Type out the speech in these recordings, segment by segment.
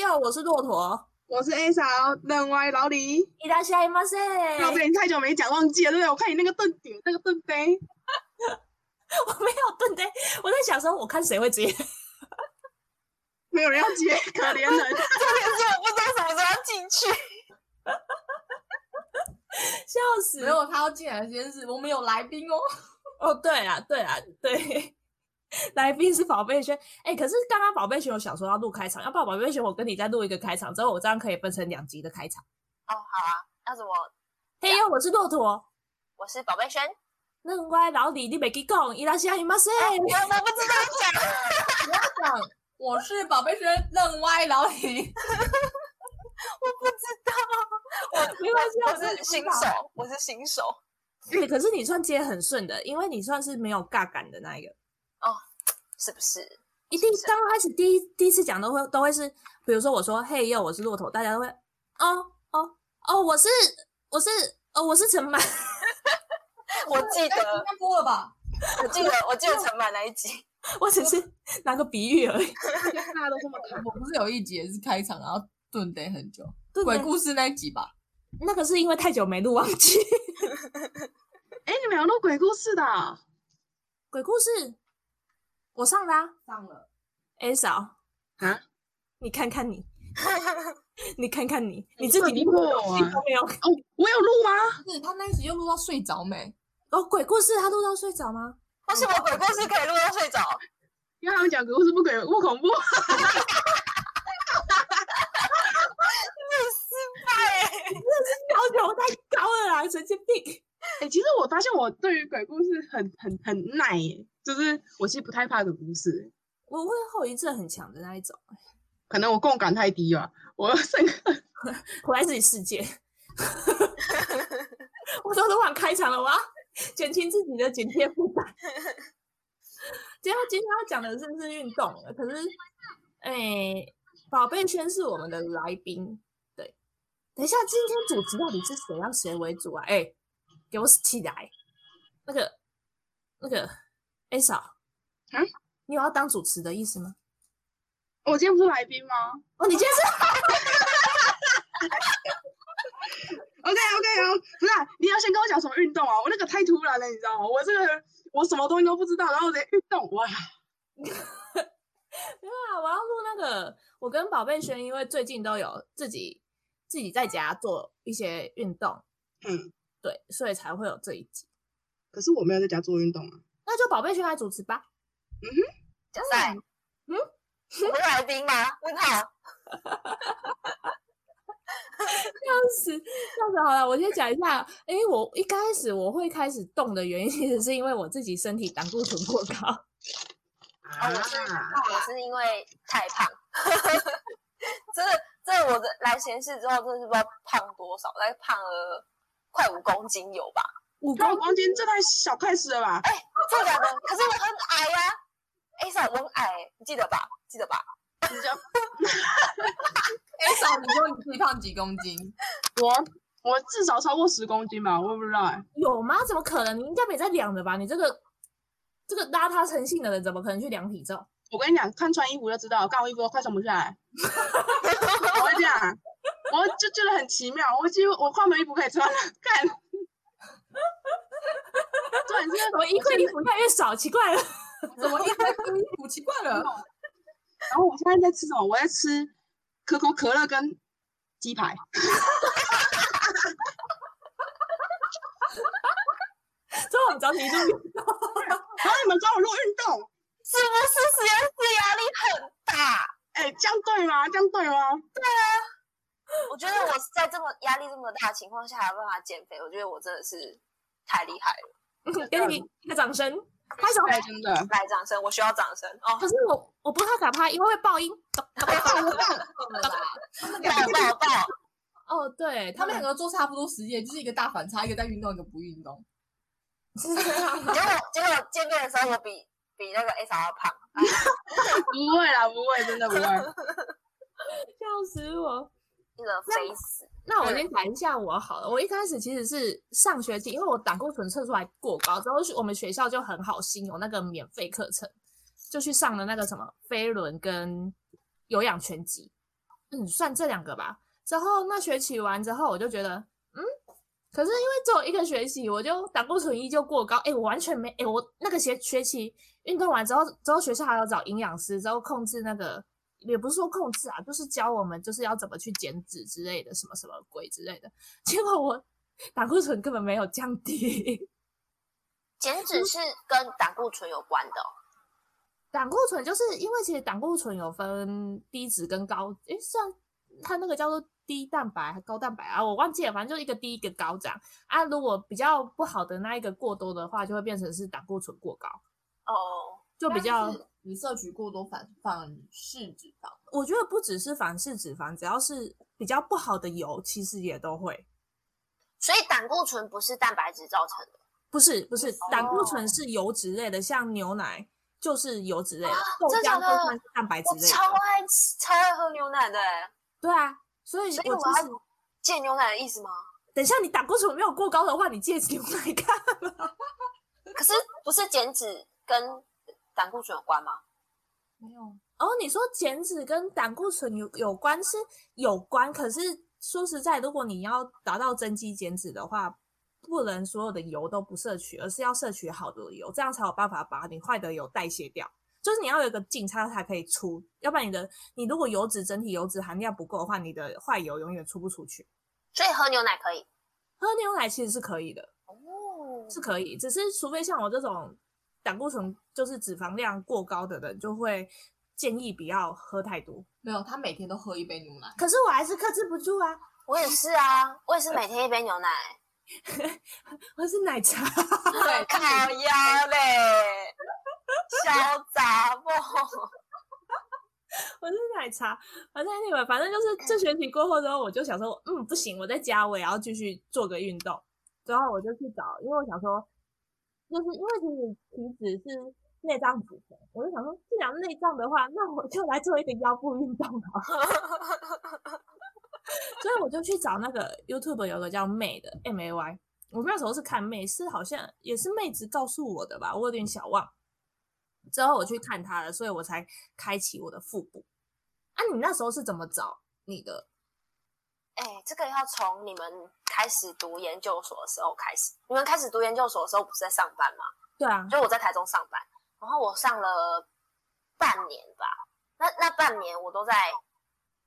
佑，我是骆驼。我是 A 嫂，冷歪老李。いらっしゃいませ。老贝，你太久没讲，忘记了，对不对？我看你那个顿点，那个顿杯，我没有顿呆，我在想说，我看谁会接。没有人要接，可怜人。是我不知道什么时候要进去。 笑死没！有，他要进来的时间是我们有来宾哦。哦，对啦，对啦，对， 来宾是宝贝轩。哎，可是刚刚宝贝轩有想说要录开场，要不然宝贝轩我跟你再录一个开场，之后我这样可以分成两集的开场。哦，好啊，那怎么？嘿呦，我是骆驼，我是宝贝轩，嫩乖老李，你没给讲，伊拉西阿姨妈塞。啊 我都不知道讲。我是宝贝学任歪老李，没关系，我 真的是不新知道。手，我是新手。嗯对，可是你算接很顺的，因为你算是没有尬感的那一个。是不是？一定是刚开始第一第一次讲都会都会是，比如说我说嘿呦，我是骆驼，大家都会哦哦哦，我是我是哦我是陈满。我记应得，该播了吧？我记得，我记得陈满那一 集，我只是拿个比喻而已。大家都这么卡，我不是有一集也是开场，然后顿得很久，对鬼对故事那一集吧？那个是因为太久没录，忘记 哎，你们有录鬼故事的啊？鬼故事，我上的啊上了， ，A 嫂啊，你看看你，你看看你，哎你你自到己底录问的我东西啊都没有。哦，我有录吗？不是他那一集又录到睡着没？哦，鬼故事他录到睡着吗？ 为什么鬼故事可以录到睡着？因为他们讲鬼故事不鬼不恐怖，要求太高了啦，神经病。 哎、其实我发现我对于鬼故事很很很耐耶，就是我其实不太怕鬼故事，我会后遗症很强的那一种，可能我共感太低吧。我整个活在自己世界。 我都都晚开场了，我要减轻自己的紧贴负担。今天今天要讲的是不是运动了？可是，哎、宝贝圈是我们的来宾，对。等一下，今天主题到底是谁让谁为主啊？哎、给我起来！那个那个，哎、嫂，啊，你有要当主持的意思吗？ 我今天不是来宾吗哦，你今天是？OK OK 哦，不是、啊，你要先跟我讲什么运动啊？我那个太突然了，你知道吗？我这个我什么东西都不知道，然后我连运动，哇，没有啊，我要录那个，我跟宝贝轩，因为最近都有自己自己在家做一些运动，嗯，对，所以才会有这一集。可是我没有在家做运动啊。那就宝贝轩来主持吧。就在，嗯嗯，我是来宾吗？问 号，这样子，这样子好了，我先讲一下。诶，我一开始我会开始动的原因，其实是因为我自己身体胆固醇过高。哦我是我是因为太胖， 真的，真的，我的来闲事之后，真的是不知道胖多少，大概胖了快五公斤有吧？五公那我光今天这太小开始了吧？真的假的？可是我很矮呀、啊，哎、嫂，我很矮、你记得吧？记得吧？哎，嫂，你说你自己胖几公斤？我我至少超过十公斤吧，我也不知道哎、 有吗？怎么可能？你应该没在量的吧？你这个这个邋遢成性的人，怎么可能去量体重？我跟你讲，看穿衣服就知道，看我衣服都快穿不下来。我跟你讲，我就觉得很奇妙，我几乎我换没衣服可以穿了，看。重点 是，怎么衣柜衣服越来越少？奇怪了。 怎么一堆空衣服？奇怪 了，然后我现在在吃什么？我在吃可口可乐跟鸡排。所以我们找你 录。然后你们找我录运动，是不是实验室压力很大？哎、这样对吗？这样对吗？我觉得我在这么压力这么大的情况下，还有办法减肥，我觉得我真的是太厉害了！给你一个掌声，拍手。对，真的。来，掌声，我需要掌声哦！可是我我不太敢拍，因为会爆音。咚咚咚咚够 了啦他们抱两个抱抱！哦，对他他们两们个做差不多时间，就是一个大反差，一个在运动，一个不运动。结果结果见面的时候，我比比那个 S 还要胖，不会啦，不会，真的不会。 笑死我。一个飞死。那我先讲一下我好了。我一开始其实是上学期，因为我胆固醇测出来过高，之后我们学校就很好心有那个免费课程，就去上了那个什么飞轮跟有氧拳击。嗯，算这两个吧。之后那学期完之后，我就觉得，嗯，可是因为只有一个学期，我就胆固醇依旧过高，哎，我完全没，哎，我那个学学期运动完之后，之后学校还要找营养师，之后控制那个，也不是说控制啊，就是教我们就是要怎么去减脂之类的，什么什么鬼之类的。 结果我胆固醇根本没有降低， 减脂是跟胆固醇有关的哦、胆固醇就是因为其实胆固醇有分低脂跟高，诶，算它那个叫做低蛋白还高蛋白啊，我忘记了，反正就一个低一个高这样啊。如果比较不好的那一个过多的话，就会变成是胆固醇过高，哦，就比较 但是你摄取过多反反式脂肪，我觉得不只是反式脂肪，只要是比较不好的油，其实也都会。所以胆固醇不是蛋白质造成的。不是不是，胆固哦醇是油脂类的，像牛奶就是油脂类的，豆啊真浆假就的算是蛋白质我类的。超爱吃超爱喝牛奶的欸，对啊，所以所以我我其要实戒牛奶的意思吗？等一下你胆固醇没有过高的话，你戒牛奶干嘛？可是不是减脂跟胆固醇有关吗？没有。哦，你说减脂跟胆固醇有有关是有关，可是说实在，如果你要达到增肌减脂的话，不能所有的油都不摄取，而是要摄取好的油，这样才有办法把你坏的油代谢掉。就是你要有一个进差才可以出，要不然你的你如果油脂整体油脂含量不够的话，你的坏油永远出不出去。所以喝牛奶可以。喝牛奶其实是可以的，哦，是可以，只是除非像我这种胆固醇就是脂肪量过高的人，就会建议不要喝太多。没有，他每天都喝一杯牛奶。可是我还是克制不住啊，我也是啊，我也是每天一杯牛奶。我是奶茶。 对，烤他每鸭 嘞，小杂货。我是奶茶，反正 anyway，反正就是这学期过后之后，我就想说，嗯，不行，我在家我也要继续做个运动。之后我就去找，因为我想说，就是因为其实体脂是内脏组成，我就想说，既然内脏的话，那我就来做一个腰部运动好了。所以我就去找那个 YouTube 有个叫妹的 M A Y，我那时候是看妹，是好像也是妹子告诉我的吧，我有点小忘。之后我去看她了，所以我才开启我的腹部。啊，你那时候是怎么找你的？ 哎、这个要从你们开始读研究所的时候开始。你们开始读研究所的时候不是在上班吗？对啊，就我在台中上班，然后我上了半年吧。那那半年我都在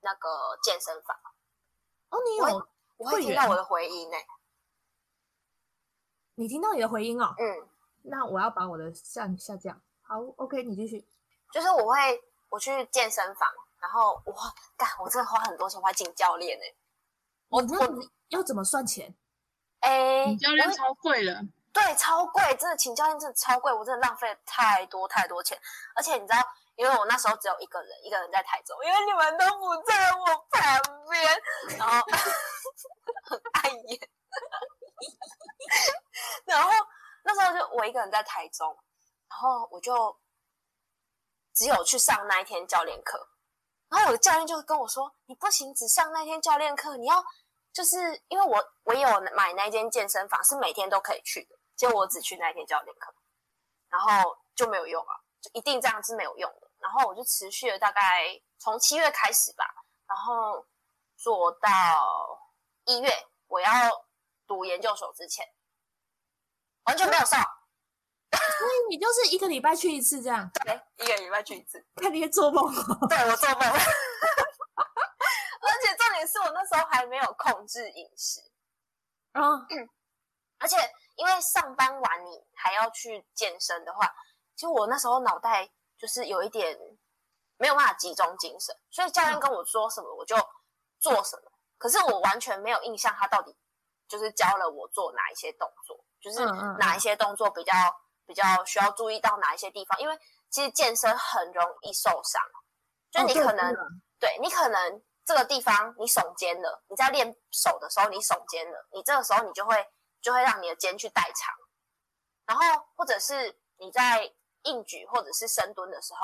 那个健身房，哦，你我有我会会听员到我的回音呢、你听到你的回音哦。嗯，那我要把我的下下降。好，OK，你继续。就是我会我去健身房，然后我干，我真的花很多钱，我还请教练呢、我那你要怎么算钱？哎、你教我练会超贵了，对，超贵，真的请教练真的超贵，我真的浪费了太多太多钱。而且你知道，因为我那时候只有一个人，一个人在台中，因为你们都不在我旁边，然后很碍眼。然后那时候就我一个人在台中，然后我就只有去上那一天教练课。然后我的教练就跟我说：“你不行，只上那天教练课，你要就是因为我我也有买那间健身房是每天都可以去的，结果我只去那天教练课，然后就没有用啊，就一定这样是没有用的。然后我就持续了大概从七月开始吧，然后做到一月，我要读研究所之前，完全没有上，所以你就是一个礼拜去一次这样，对， 一个礼拜去一次。看你在做梦 哦。对我做梦。 而且重点是我那时候还没有控制饮食，哦，而且因为上班晚你还要去健身的话，其实我那时候脑袋就是有一点没有办法集中精神，所以教嗯练跟我说什么我就做什么，可是我完全没有印象他到底就是教了我做哪一些动作，就是嗯嗯嗯哪一些动作比较比较需要注意到哪一些地方，因为其实健身很容易受伤，就哦你对可真能、的对你可能这个地方你耸肩了，你在练手的时候你耸肩了，你这个时候你就会就会让你的肩去代偿，然后或者是你在硬举或者是深蹲的时候，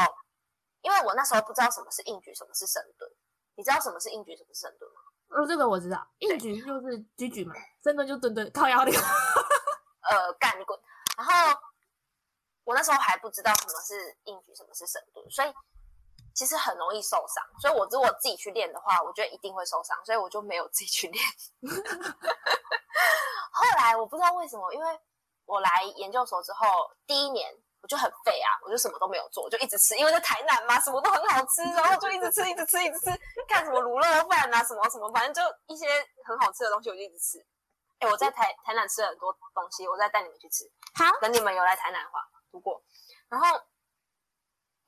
因为我那时候不知道什么是硬举，什么是深蹲，你知道什么是硬举，什么是深蹲吗？哦，这个我知道，硬举就是举举嘛，深蹲就蹲蹲，靠腰的。呃，干你滚！然后我那时候还不知道什么是硬举，什么是深蹲，所以其实很容易受伤，所以我如果自己去练的话，我觉得一定会受伤，所以我就没有自己去练。 后来我不知道为什么，因为我来研究所之后第一年我就很废啊，我就什么都没有做，我就一直吃，因为在台南嘛，什么都很好吃，然后就一直吃，一直吃，一直吃，看什么卤肉饭啊，什么什么，反正就一些很好吃的东西，我就一直吃。哎，我在台台南吃了很多东西，我再带你们去吃。好，等你们有来台南的话，如果，然后，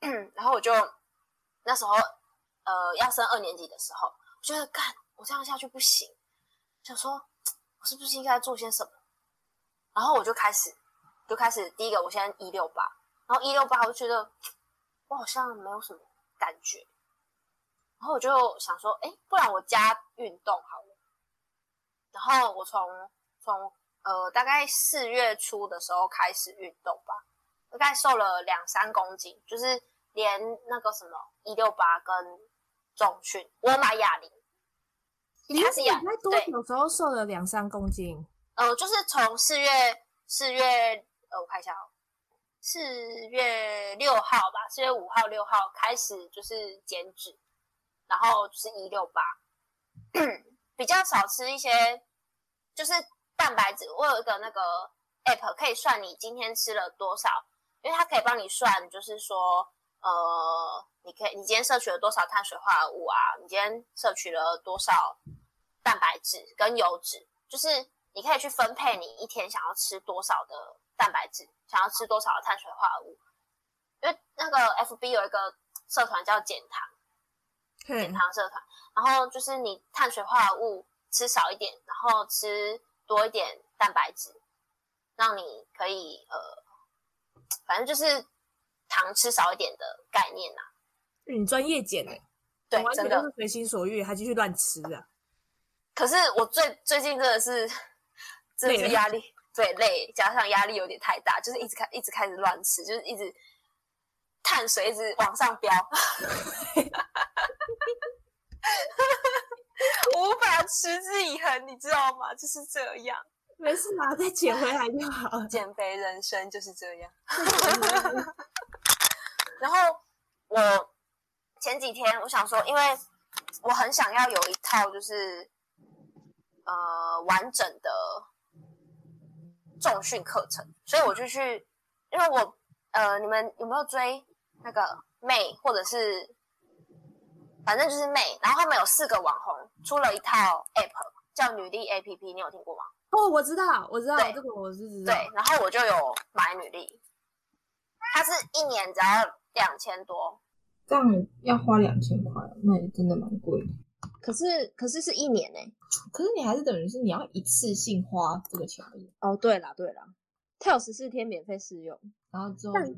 然后我就那时候呃要升二年级的时候，我觉得干我这样下去不行，想说我是不是应该做些什么？然后我就开始就开始第一个，我现在一六八，然后一六八我就觉得我好像没有什么感觉，然后我就想说，哎，不然我加运动好了。然后我从从呃大概四月初的时候开始运动吧，大概瘦了两三公斤，就是连那个什么一六八跟重训，我有买哑铃， 你它是你哑在多对久时候瘦了两三公斤？呃，就是从四月四月呃，我看一下哦，四月六号吧，四月五号、六号开始就是减脂，然后就是一六八，比较少吃一些，就是蛋白质。我有一个那个 app 可以算你今天吃了多少，因为它可以帮你算，就是说呃，你可以你今天摄取了多少碳水化合物啊，你今天摄取了多少蛋白质跟油脂，就是你可以去分配你一天想要吃多少的蛋白质，想要吃多少的碳水化合物。因为那个 FB 有一个社团叫减糖。 对减，糖社团，然后就是你碳水化合物吃少一点，然后吃多一点蛋白质，让你可以呃，反正就是糖吃少一点的概念呐、嗯你专业减的，对我，完全就真的是。随心所欲，还继续乱吃 啊。可是我最最近真的是，真的累是了压力对累，加上压力有点太大，就是一直开一直开始乱吃，就是一直碳水一直往上飙。 我无法持之以恒，你知道吗？就是这样，没事啊，再减回来就好了。减肥人生就是这样。 然后我前几天我想说，因为我很想要有一套就是呃完整的重训课程，所以我就去，因为我呃你们有没有追那个妹或者是反正就是妹，然后他们有四个网红出了一套 app 叫女力 app，你有听过吗？哦，我知道，我知道对这个，我是知道。对，然后我就有买女力，它是一年只要两千多，这样要花两千块，那也真的蛮贵的。可是可是是一年欸呢、可是你还是等于是你要一次性花这个钱而已，哦，对啦对啦，它有十四天免费试用。然后之后就是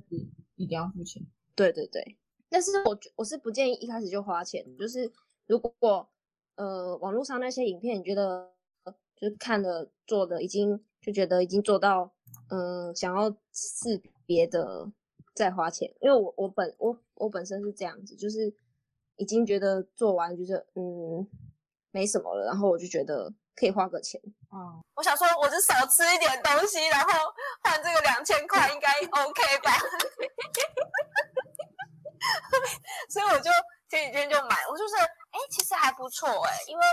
一定要付钱。对对对，但是我觉我是不建议一开始就花钱，就是如果呃网络上那些影片，你觉得呃就是看了做的已经就觉得已经做到，嗯、想要试别的再花钱，因为我我本我我本身是这样子，就是已经觉得做完就是嗯没什么了，然后我就觉得可以花个钱。哦，我想说，我就少吃一点东西，然后换这个两千块应该 OK 吧？所以我就前几天就买，我就是哎、诶其实还不错哎、因为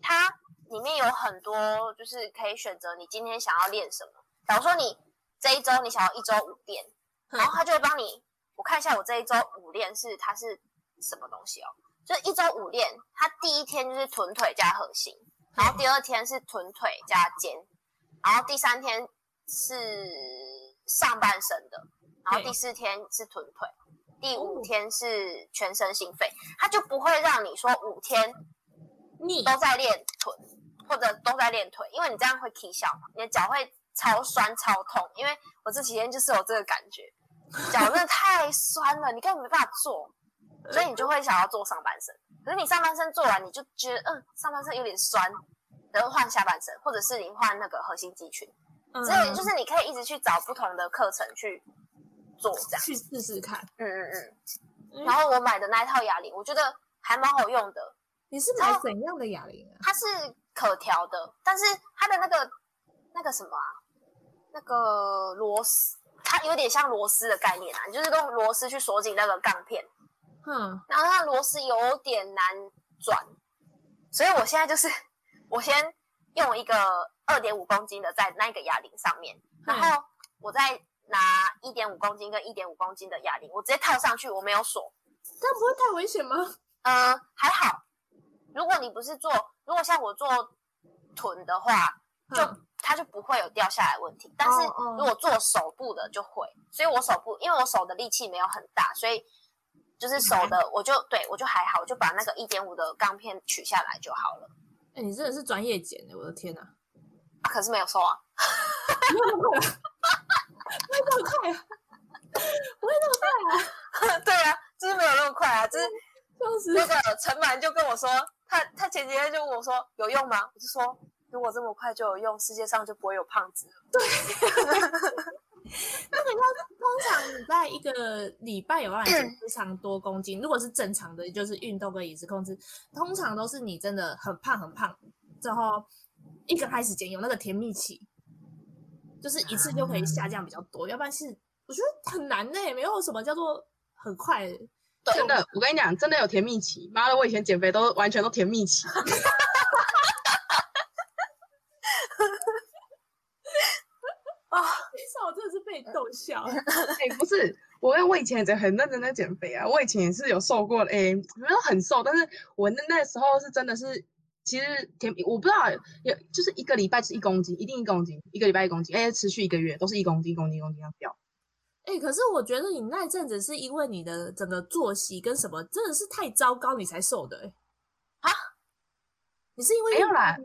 它里面有很多，就是可以选择你今天想要练什么。假如说你这一周你想要一周五练，然后它就会帮你，我看一下我这一周五练是它是什么东西哦，就是一周五练，它第一天就是臀腿加核心。然后第二天是臀腿加肩，然后第三天是上半身的，然后对第四天是臀腿，第五天是全身心肺，它就不会让你说五天你都在练臀或者都在练腿，因为你这样会踢小嘛，你的脚会超酸超痛。因为我这几天就是有这个感觉，脚真的太酸了，你根本没办法做，所以你就会想要做上半身。可是你上半身做完，你就觉得嗯，上半身有点酸，然后换下半身，或者是你换那个核心肌群，嗯所以就是你可以一直去找不同的课程去做这样。去试试看。嗯嗯嗯。嗯然后我买的那一套哑铃，我觉得还蛮好用的。你是买然后怎样的哑铃啊？它是可调的，但是它的那个那个什么啊，那个螺丝，它有点像螺丝的概念啊，你就是用螺丝去锁紧那个杠片，哼，然后那螺丝有点难转，所以我现在就是我先用一个二点五公斤的在那个哑铃上面，然后我再拿一点五公斤跟一点五公斤的哑铃，我直接套上去，我没有锁，这样不会太危险吗？呃，还好。如果你不是做，如果像我做臀的话，就哼它就不会有掉下来的问题。但是嗯哦哦如果做手部的就会，所以我手部因为我手的力气没有很大，所以就是手嗯的我就对我就还好，我就把那个一点五的钢片取下来就好了。哎、你真的是专业减的，我的天哪、啊！啊、可是没有 收啊，那么快啊， 对啊，就是没有那么快啊，就是当 时那个陈满就跟我说，他他前几天就问我说有用吗？我就说如果这么快就有用，世界上就不会有胖子了。通常你在一个礼拜有让你减非常多公斤，如果是正常的，就是运动跟饮食控制，通常都是你真的很胖很胖，之后一刚开始减有那个甜蜜期，就是一次就可以下降比较多，要不然是我觉得很难呢、没有什么叫做很快。 真的，我跟你讲，真的有甜蜜期。妈的，我以前减肥都完全都甜蜜期。你上我真的是被逗笑，哎、不是，我跟我以前也很认真在减肥啊，我以前也是有瘦过的，哎、没有很瘦，但是我那那时候是真的是，其实甜，我不知道，有就是一个礼拜是一公斤，一定一公斤，一个礼拜一公斤，哎、持续一个月都是一公斤，一公斤，一公斤这样掉。哎、可是我觉得你那一阵子是因为你的整个作息跟什么真的是太糟糕，你才瘦的、欸。啊？你是因为没运有动啦吗，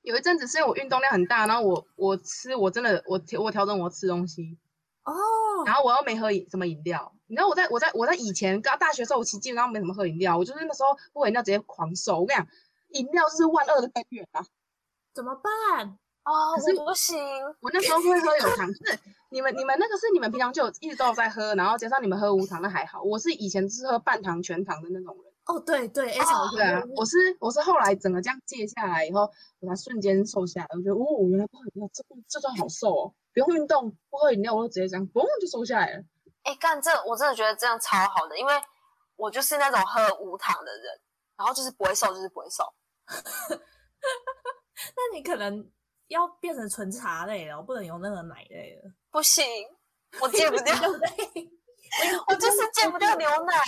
有一阵子是因为我运动量很大，然后我我吃我真的我调我调整我吃东西，哦，然后我又没喝饮什么饮料。你知道我在我在我在以前刚大学时候，我其实基本上没怎么喝饮料，我就是那时候不喝饮料直接狂瘦。我跟你讲，饮料就是万恶的根源啊！怎么办？哦，可是我不行，我那时候会喝有糖，就是你们你们那个是你们平常就有一直都有在喝，然后加上你们喝无糖那还好，我是以前是喝半糖全糖的那种人。哦，对对，A 草对啊，我是我是后来整个这样戒下来以后，我才瞬间瘦下来。我觉得哦，原来不喝饮料这么这段好瘦哦，不用运动，不喝饮料我就直接这样嘣就瘦下来了。哎，干这我真的觉得这样超好的，因为我就是那种喝无糖的人，然后就是不会瘦，就是不会瘦。那你可能要变成纯茶类了，不能有那个奶类了，不行，我戒不 掉，对不对？我就是戒不掉牛奶。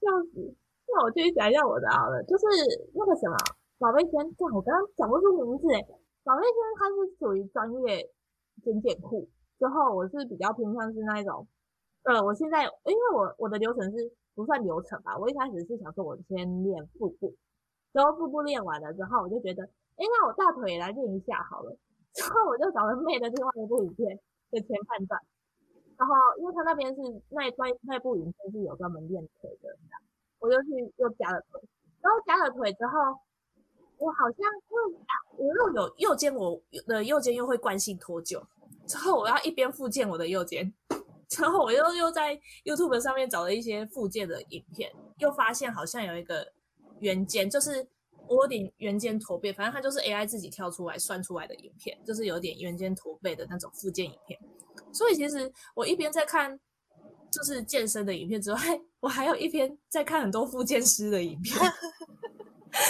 这样子，那我继续讲一下我的好了，就是那个什么宝贝圈，干我刚刚讲不出名字哎，宝贝圈它是属于专业减检库，之后我是比较偏向是那一种，呃，我现在因为我我的流程是不算流程吧，我一开始是想说我先练腹部，然后腹部练完了之后，我就觉得，哎，那我大腿也来练一下好了，之后我就找了妹的另外一部影片的前半段。然后，因为他那边是那一段那部影片是有专门练腿的，我就去又夹了腿，然后夹了腿之后，我好像因为啊我又有右肩，我的右肩又会惯性脱臼，之后我要一边复健我的右肩， 然后我又又在 YouTube 上面找了一些复健的影片，又发现好像有一个圆肩，就是我有点圆肩驼背，反正它就是 AI 自己跳出来算出来的影片，就是有点圆肩驼背的那种复健影片。所以其实我一边在看就是健身的影片之外，我还有一边在看很多复健师的影 片，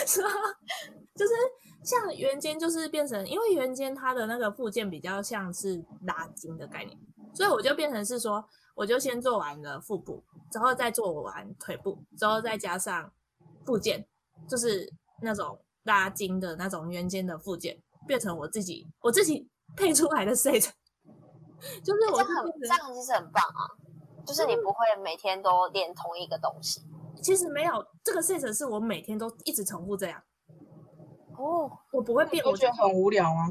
是吧？就是像圆肩，就是变成因为圆肩它的那个附件比较像是拉筋的概念，所以我就变成是说，我就先做完了腹部，之后再做完腿部，之后再加上附件，就是那种拉筋的那种圆肩的附件，变成我自己我自己配出来的 set，就是这我样就很变这成样其实很棒啊，就是你不会每天都练同一个东西其实没有这个 set 是我每天都一直重复这样，哦。我不会变，我我觉得很无聊啊。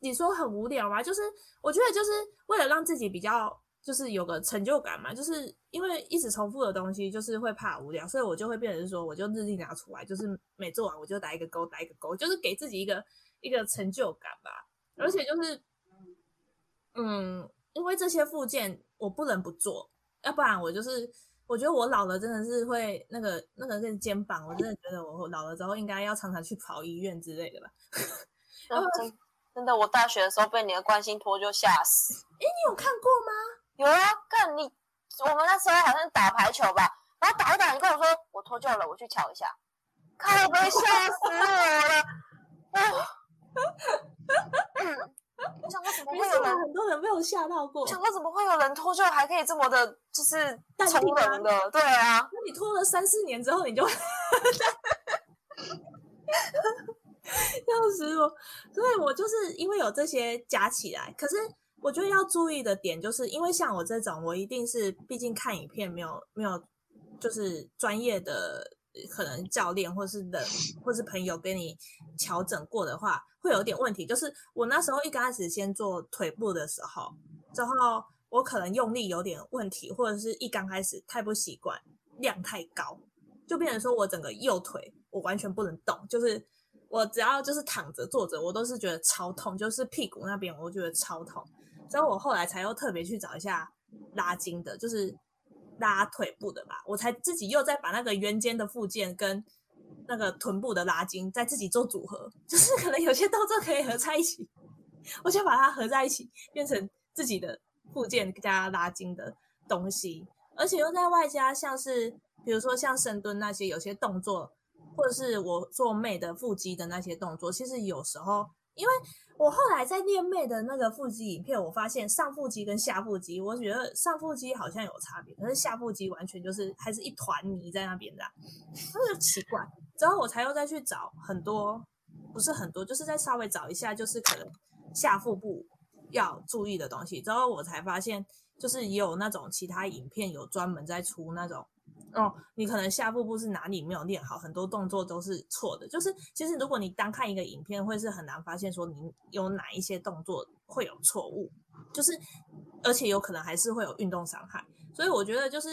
你说很无聊吗？就是我觉得就是为了让自己比较就是有个成就感嘛，就是因为一直重复的东西就是会怕无聊，所以我就会变成说，我就日历拿出来，就是每做完我就打一个勾，打一个勾，就是给自己一个一个成就感吧。而且就是，嗯，因为这些附件我不能不做，要不然我就是。我觉得我老了真的是会那个那个那个肩膀，我真的觉得我老了之后应该要常常去跑医院之类的吧。那真真的，我大学的时候被你的惯性拖就吓死。你有看过吗？有啊，干你我们那时候好像打排球吧，然后打一打，你跟我说我脱臼了，我去瞧一下，靠背吓死我了，哦，嗯，我想说怎么没会有错，人很多人被我吓到过我。想说怎么会有人脱臼还可以这么的，就是淡从定啊容的？对啊，那你拖了三四年之后，你就 笑死我！所以我就是因为有这些加起来，可是我觉得要注意的点，就是因为像我这种，我一定是毕竟看影片没有没有，就是专业的可能教练或是人或是朋友给你调整过的话，会有点问题。就是我那时候一开始先做腿部的时候，之后我可能用力有点问题，或者是一刚开始太不习惯，量太高，就变成说我整个右腿我完全不能动，就是我只要就是躺着坐着，我都是觉得超痛，就是屁股那边我觉得超痛。所以我后来才又特别去找一下拉筋的，就是拉腿部的吧，我才自己又再把那个圆肩的附件跟那个臀部的拉筋再自己做组合， 就是可能有些动作可以合在一起，我就把它合在一起，变成自己的附件加拉筋的东西，而且又在外加像是比如说像深蹲那些有些动作，或者是我做妹的腹肌的那些动作，其实有时候因为我后来在练妹的那个腹肌影片，我发现上腹肌跟下腹肌，我觉得上腹肌好像有差别，可是下腹肌完全就是还是一团泥在那边的啊， 那就奇怪。之后我才又再去找很多，不是很多，就是再稍微找一下，就是可能下腹部要注意的东西。之后我才发现，就是也有那种其他影片有专门在出那种。哦，你可能下腹部是哪里没有练好，很多动作都是错的。就是其实如果你单看一个影片，会是很难发现说你有哪一些动作会有错误，就是而且有可能还是会有运动伤害。所以我觉得就是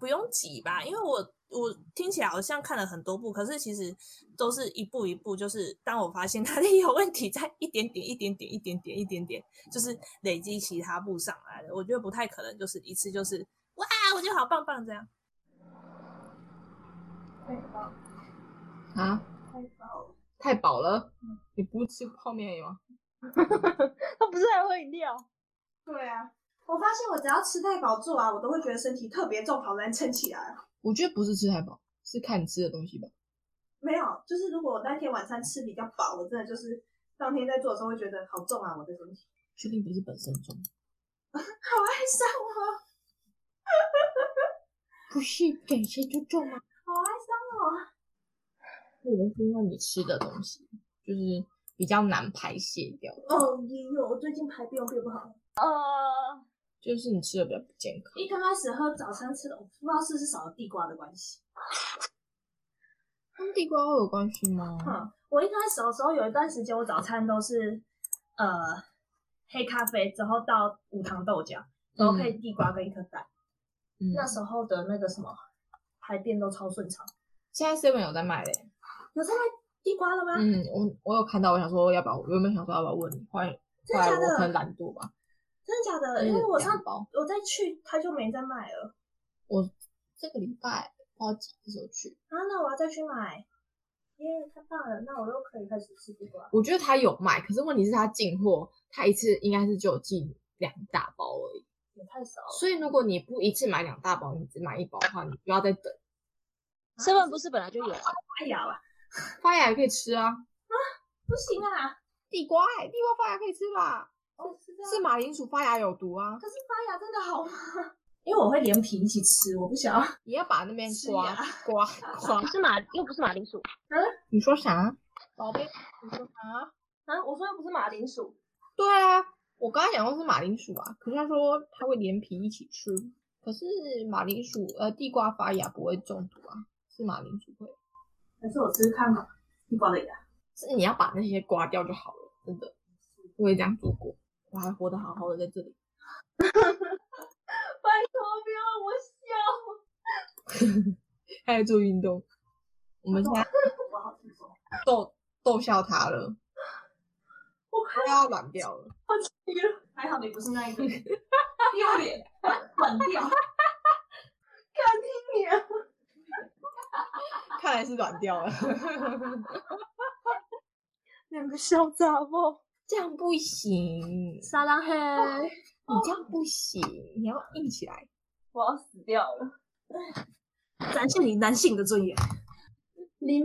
不用急吧，因为我我听起来好像看了很多部，可是其实都是一步一步，就是当我发现 哪里有问题，再一点点、一点点、一点点、一点点，就是累积其他部上来的。我觉得不太可能就是一次就是哇，我觉得好棒棒这样。啊，太饱了，你不吃泡面而已吗？他 不是还喝饮料？对啊，我发现我只要吃太饱做完，我都会觉得身体特别重，好难撑起来。我觉得不是吃太饱，是看你吃的东西吧。没有，就是如果我那天晚餐吃比较饱，我真的就是当天在做的时候会觉得好重啊，我的身体 确定不是本身重，好哀伤哦，不是本身就重吗？好哀伤哦。可能是因为你吃的东西就是比较难排泄掉，哦，也有，我最近排便变不好。呃，就是你吃的比较不健康。一刚开始喝早餐吃的，我不知道是不是少了地瓜的关系。跟地瓜会有关系吗？嗯，我一开始的时候有一段时间，我早餐都是呃黑咖啡，然后到无糖豆浆，然后配地瓜跟一颗蛋。嗯，那时候的那个什么排便都超顺畅。现在 seven 有在卖嘞。有在卖地瓜了吗？嗯，我我有看到，我想说要不要，我原本想说要不要问你，后来真后的来假我可的？能懒惰吧，真的假的？嗯因为我上两包，我再去，他就没在卖了。我这个礼拜不知道几的时候去，啊，那我要再去买。耶、太棒了！那我又可以开始吃地瓜了。我觉得他有卖，可是问题是他进货，他一次应该是就有进两大包而已，也太少了。所以如果你不一次买两大包，你只买一包的话，你就要再等。身份不是本来就有啊？哎呀吧，发芽也可以吃啊，不行啊！地瓜、欸，地瓜发芽可以吃吧？哦，是这样。是马铃薯发芽有毒啊，可是发芽真的好吗？ 因为我会连皮一起吃，我不想要。你要把那边是刮呀刮刮不。是马，又不是马铃薯， 你说啥？啊宝贝，你说啥？ 啊，我说又不是马铃薯。对啊，我刚才讲过是马铃薯啊，可是他说他会连皮一起吃，可是马铃薯呃地瓜发芽不会中毒啊，是马铃薯会，可是我吃看吧，地瓜的芽。是你要把那些刮掉就好了，真的，我也这样做过，我还活得好好的在这里。拜托，哦不要让我笑。他在做运动，我们现在我好轻松。逗逗笑他了，我他要软掉了。还好你不是那一个，丢脸，冷掉。看听你啊！看来是软掉了， 两个小杂货。这样不行，你沙拉黑，这样不行，你要硬起来。我要死掉了。展现你男性的尊严。你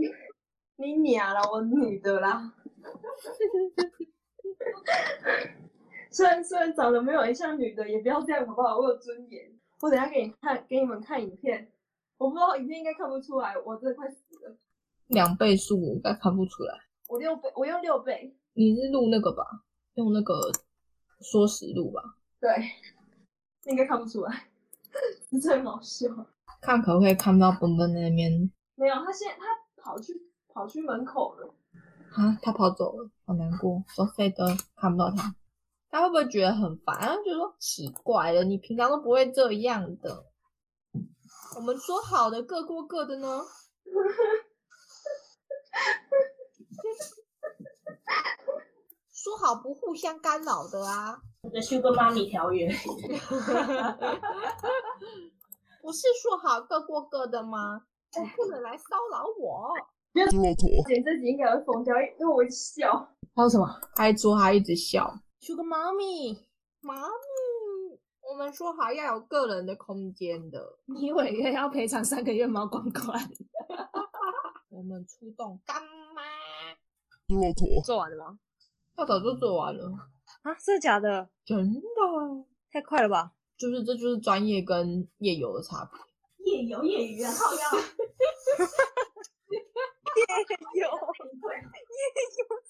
你娘了，我女的啦。 虽然虽然长得没有很像女的，也不要这样好不好？我有尊严。我等一下给你看，给你们看影片。我不知道影片应该看不出来，我真的快死了。两倍速我应该看不出来。我六倍，我用六倍。你是录那个吧？用那个缩时录吧，对，应该看不出来， 真的好笑。看可不可以看到奔奔那边没有，他现在他跑去跑去门口了。啊？他跑走了，好难过。说谁都看不到他，他会不会觉得很烦？他就说奇怪了，你平常都不会这样的。我们说好的各过各的呢？ 说好不互相干扰的啊！我的 Sugar Mommy 条约， 不是说好各过各的吗？你不能来骚扰我。哦猪肉坨。剪这集应该会疯掉，因为我一直笑。还有什么？还说他一直笑。Sugar Mommy，妈咪，我们说好要有个人的空间 的。你每月要赔偿三个月毛管管， 我们出动干妈，猪肉坨。做完了吗？他早就做完了，啊，真的假的？真的。啊太快了吧！就是这就是专业跟夜游的差别。夜游夜鱼啊，靠腰。 有这就是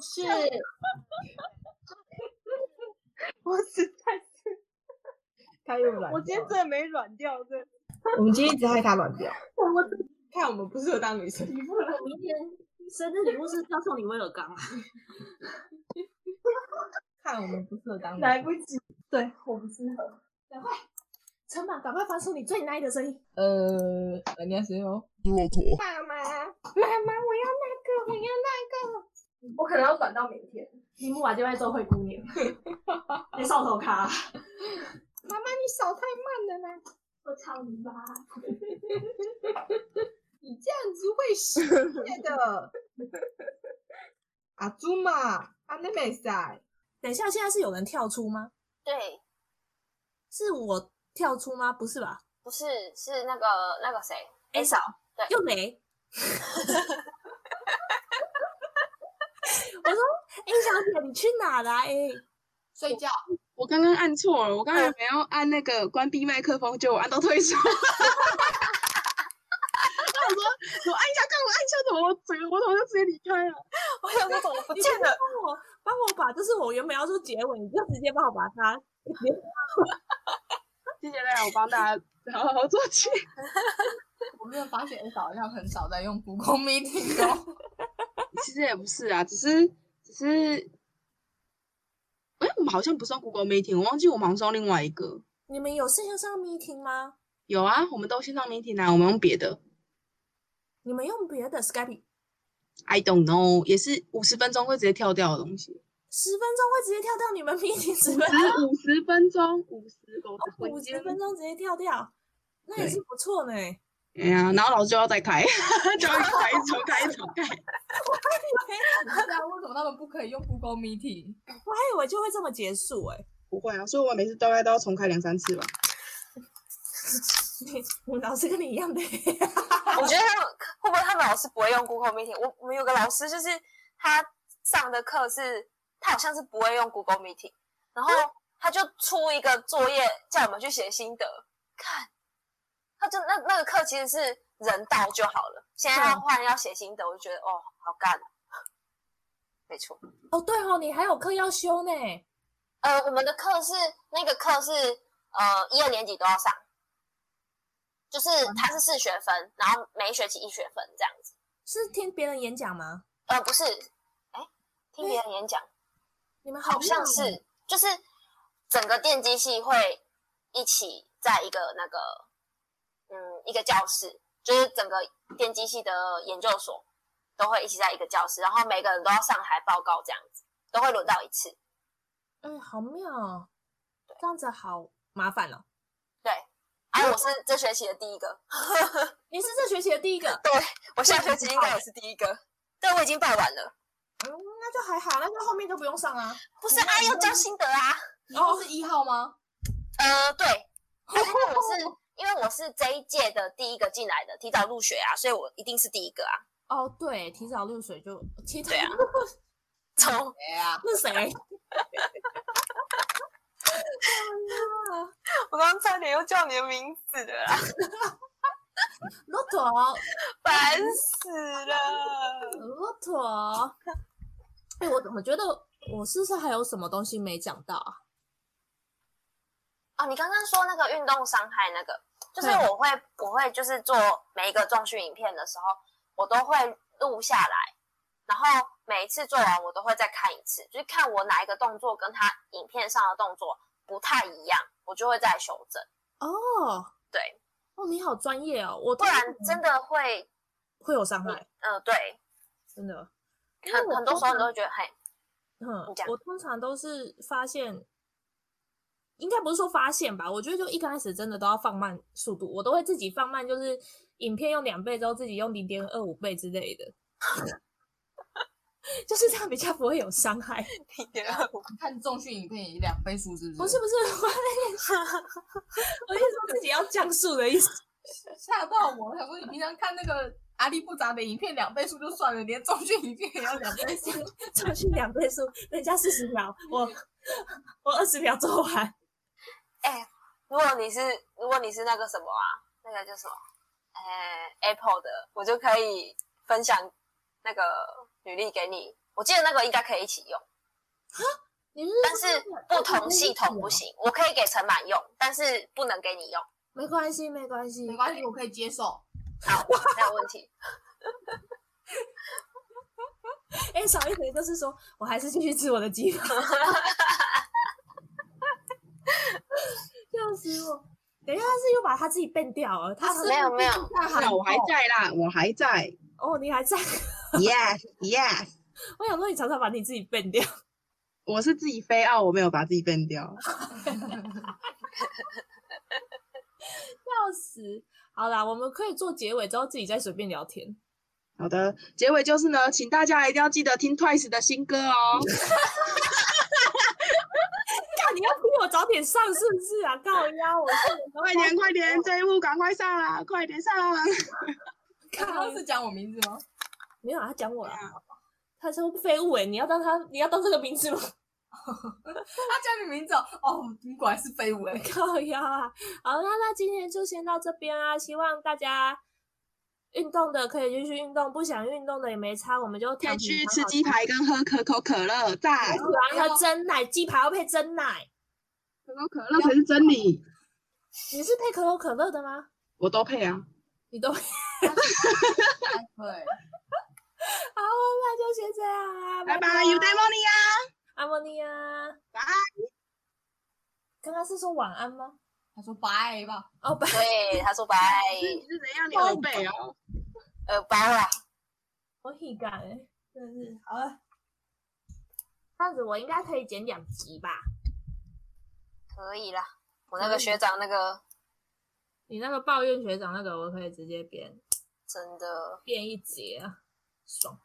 我实在是，他又软。我今天真的没软掉，真的。我们今天一直害他软掉，我 看我们不适合当女生。明天生日礼物是要送你威尔 刚啊。看我们不适合当女生。来不及，对我不适合。陈满，赶快发出你最奶的声音。呃，人家谁哦？猪肉坨。妈妈，妈妈，我要那个，我要那个。我可能要转到明天。你木瓦就爱做灰姑 娘，你扫哎头卡、妈妈，你手太慢了啦。我操你妈！你这样子会失业的。 阿祖嘛，阿内没赛，等一下，现在是有人跳出吗？对，是我跳出吗？不是吧？不是是那个那个谁哎 A 嫂，哎又没。 我说：“A 小姐，你去哪啦、a 睡觉。我刚刚按错了，我刚才没有按那个关闭麦克风，结果我按到退出。 我说我按一下，看我按一下怎么，我整个我怎么就直接离开了？我想说怎么不你见了？帮我帮我把，就是我原本要说结尾，你就直接帮我把它。谢谢大家，我帮大家好好做起。我没有发现 S 好像很少在用 Google Meeting 哦。其实也不是啊，只是只是，哎、我们好像不是用 Google Meeting，我忘记我们好像是用另外一个。你们有线上 meeting 吗？有啊，我们都线上 meeting 啊，我们用别的。你们用别的 Skype， I don't know，也是五十分钟会直接跳掉的东西。十分钟会直接跳掉你们 meeting 十分钟，五十分钟，五十我的哦五十分。钟直接跳掉，那也是不错呢。哎呀，然后老师就要再开，就要一直开，一直重开，一直重开。不知道为什么他们不可以用 Google Meeting？我还以为就会这么结束哎、 不会啊，所以我每次大概都要重开两三次吧。你我们老师跟你一样的、 我觉得他们会不会他们老师不会用 Google Meeting？我我们有个老师就是他上的课是，他好像是不会用 Google Meeting，然后他就出一个作业叫我们去写心得，看，他就那那个课其实是人到就好了，现在他换要写心得，我就觉得哦，好干、啊， 没错。 哦，对哦，你还有课要修呢。呃，我们的课是那个课是呃一二年级都要上，就是它是四学分，然后每一学期一学分这样子。是听别人演讲吗？呃，不是，哎，听别人演讲你们好像棒哦是，就是整个电机系会一起在一个那个嗯一个教室，就是整个电机系的研究所都会一起在一个教室，然后每个人都要上台报告这样子，都会轮到一次。哎、好妙哦，这样子好麻烦哦。哎、我是这学期的第一个。你是这学期的第一个，我下学期应该也是第一个， 对我已经报完了。嗯，那就还好，那就后面就不用上啊。哦不是啊，要交心得啊。你不是一号吗？呃，对，但是因为我是因为我是这一届的第一个进来的，提早入学啊，所以我一定是第一个啊。哦，对，提早入水就提早对啊，从谁啊？那谁？ 我刚刚差点又叫你的名字了啦，骆驼，烦死了。骆驼。 哎，我怎么觉得我是不是还有什么东西没讲到啊？哦，你刚刚说那个运动伤害那个，就是嗯我会我会就是做每一个重训影片的时候，我都会录下来，然后每一次做完我都会再看一次，就是看我哪一个动作跟他影片上的动作不太一样，我就会再修正。哦，对，哦，你好专业哦，我不然真的会，会有伤害，呃，对，真的。因为很我很多时通候常你都会觉 得，嘿，嗯你讲，我通常都是发现，应该不是说发现吧，我觉得就一开始真的都要放慢速度，我都会自己放慢，就是影片用两倍之后自己用零点二五倍之类的， 就是这样比较不会有伤害。看重训影片也两倍数是不是？不是不是，我 我是说自己要降速的意思。 吓到我，我想说你平常看那个阿力部长的影片两倍速就算了，连重训影片也要两倍速。重新两倍速，人家四十秒，我我二十秒做完。如果你是如果你是那个什么啊，那个叫什么，呃，Apple 的，我就可以分享那个履历给你。我记得那个应该可以一起用，你是但是不同系统不行。行。我可以给陈满用，但是不能给你用，没关系，没关系没。关系，我可以接受。没有问题。哎、少一回就是说我还是继续吃我的鸡排。笑死我！等一下，他是又把他自己变掉了。他是没有没有，大喊那我还在啦，我还在哦，你还在？ ，yes yes，我想说，你常常把你自己变掉。我是自己飞奥，我没有把自己变掉。笑死！好啦，我们可以做结尾之后自己再随便聊天。好的，结尾就是呢，请大家一定要记得听 Twice 的新歌哦。看你要逼我早点上是不是啊？靠腰，我是 快点，快点，这一幕赶快上啦，快点上！刚刚是讲我名字吗？没有啊，他讲我了。他说废物哎，你要当他，你要当这个名字吗？他叫你名字哦，哦你果然是废物 哎。靠腰啊！好，那那今天就先到这边啊，希望大家运动的可以继续运动，不想运动的也没差，我们就可躺以平去躺吃好鸡排跟喝可口可乐，在 喜欢喝真奶，鸡排要配真奶。可口可乐可是真理，你是配可口可乐的吗？我都配啊。你都好，对，那就先这样啊，拜拜拜，You day morning 啊！阿莫尼亚，拜。刚刚是说晚安吗？他说拜吧，哦，拜。对，他说拜，你是怎样？你有背哦。呃，拜啦。我很感哎，真的是好了。这样子我应该可以剪两集吧？可以啦。我那个学长那个你那个抱怨学长那个，我可以直接编真的编一节啊，爽。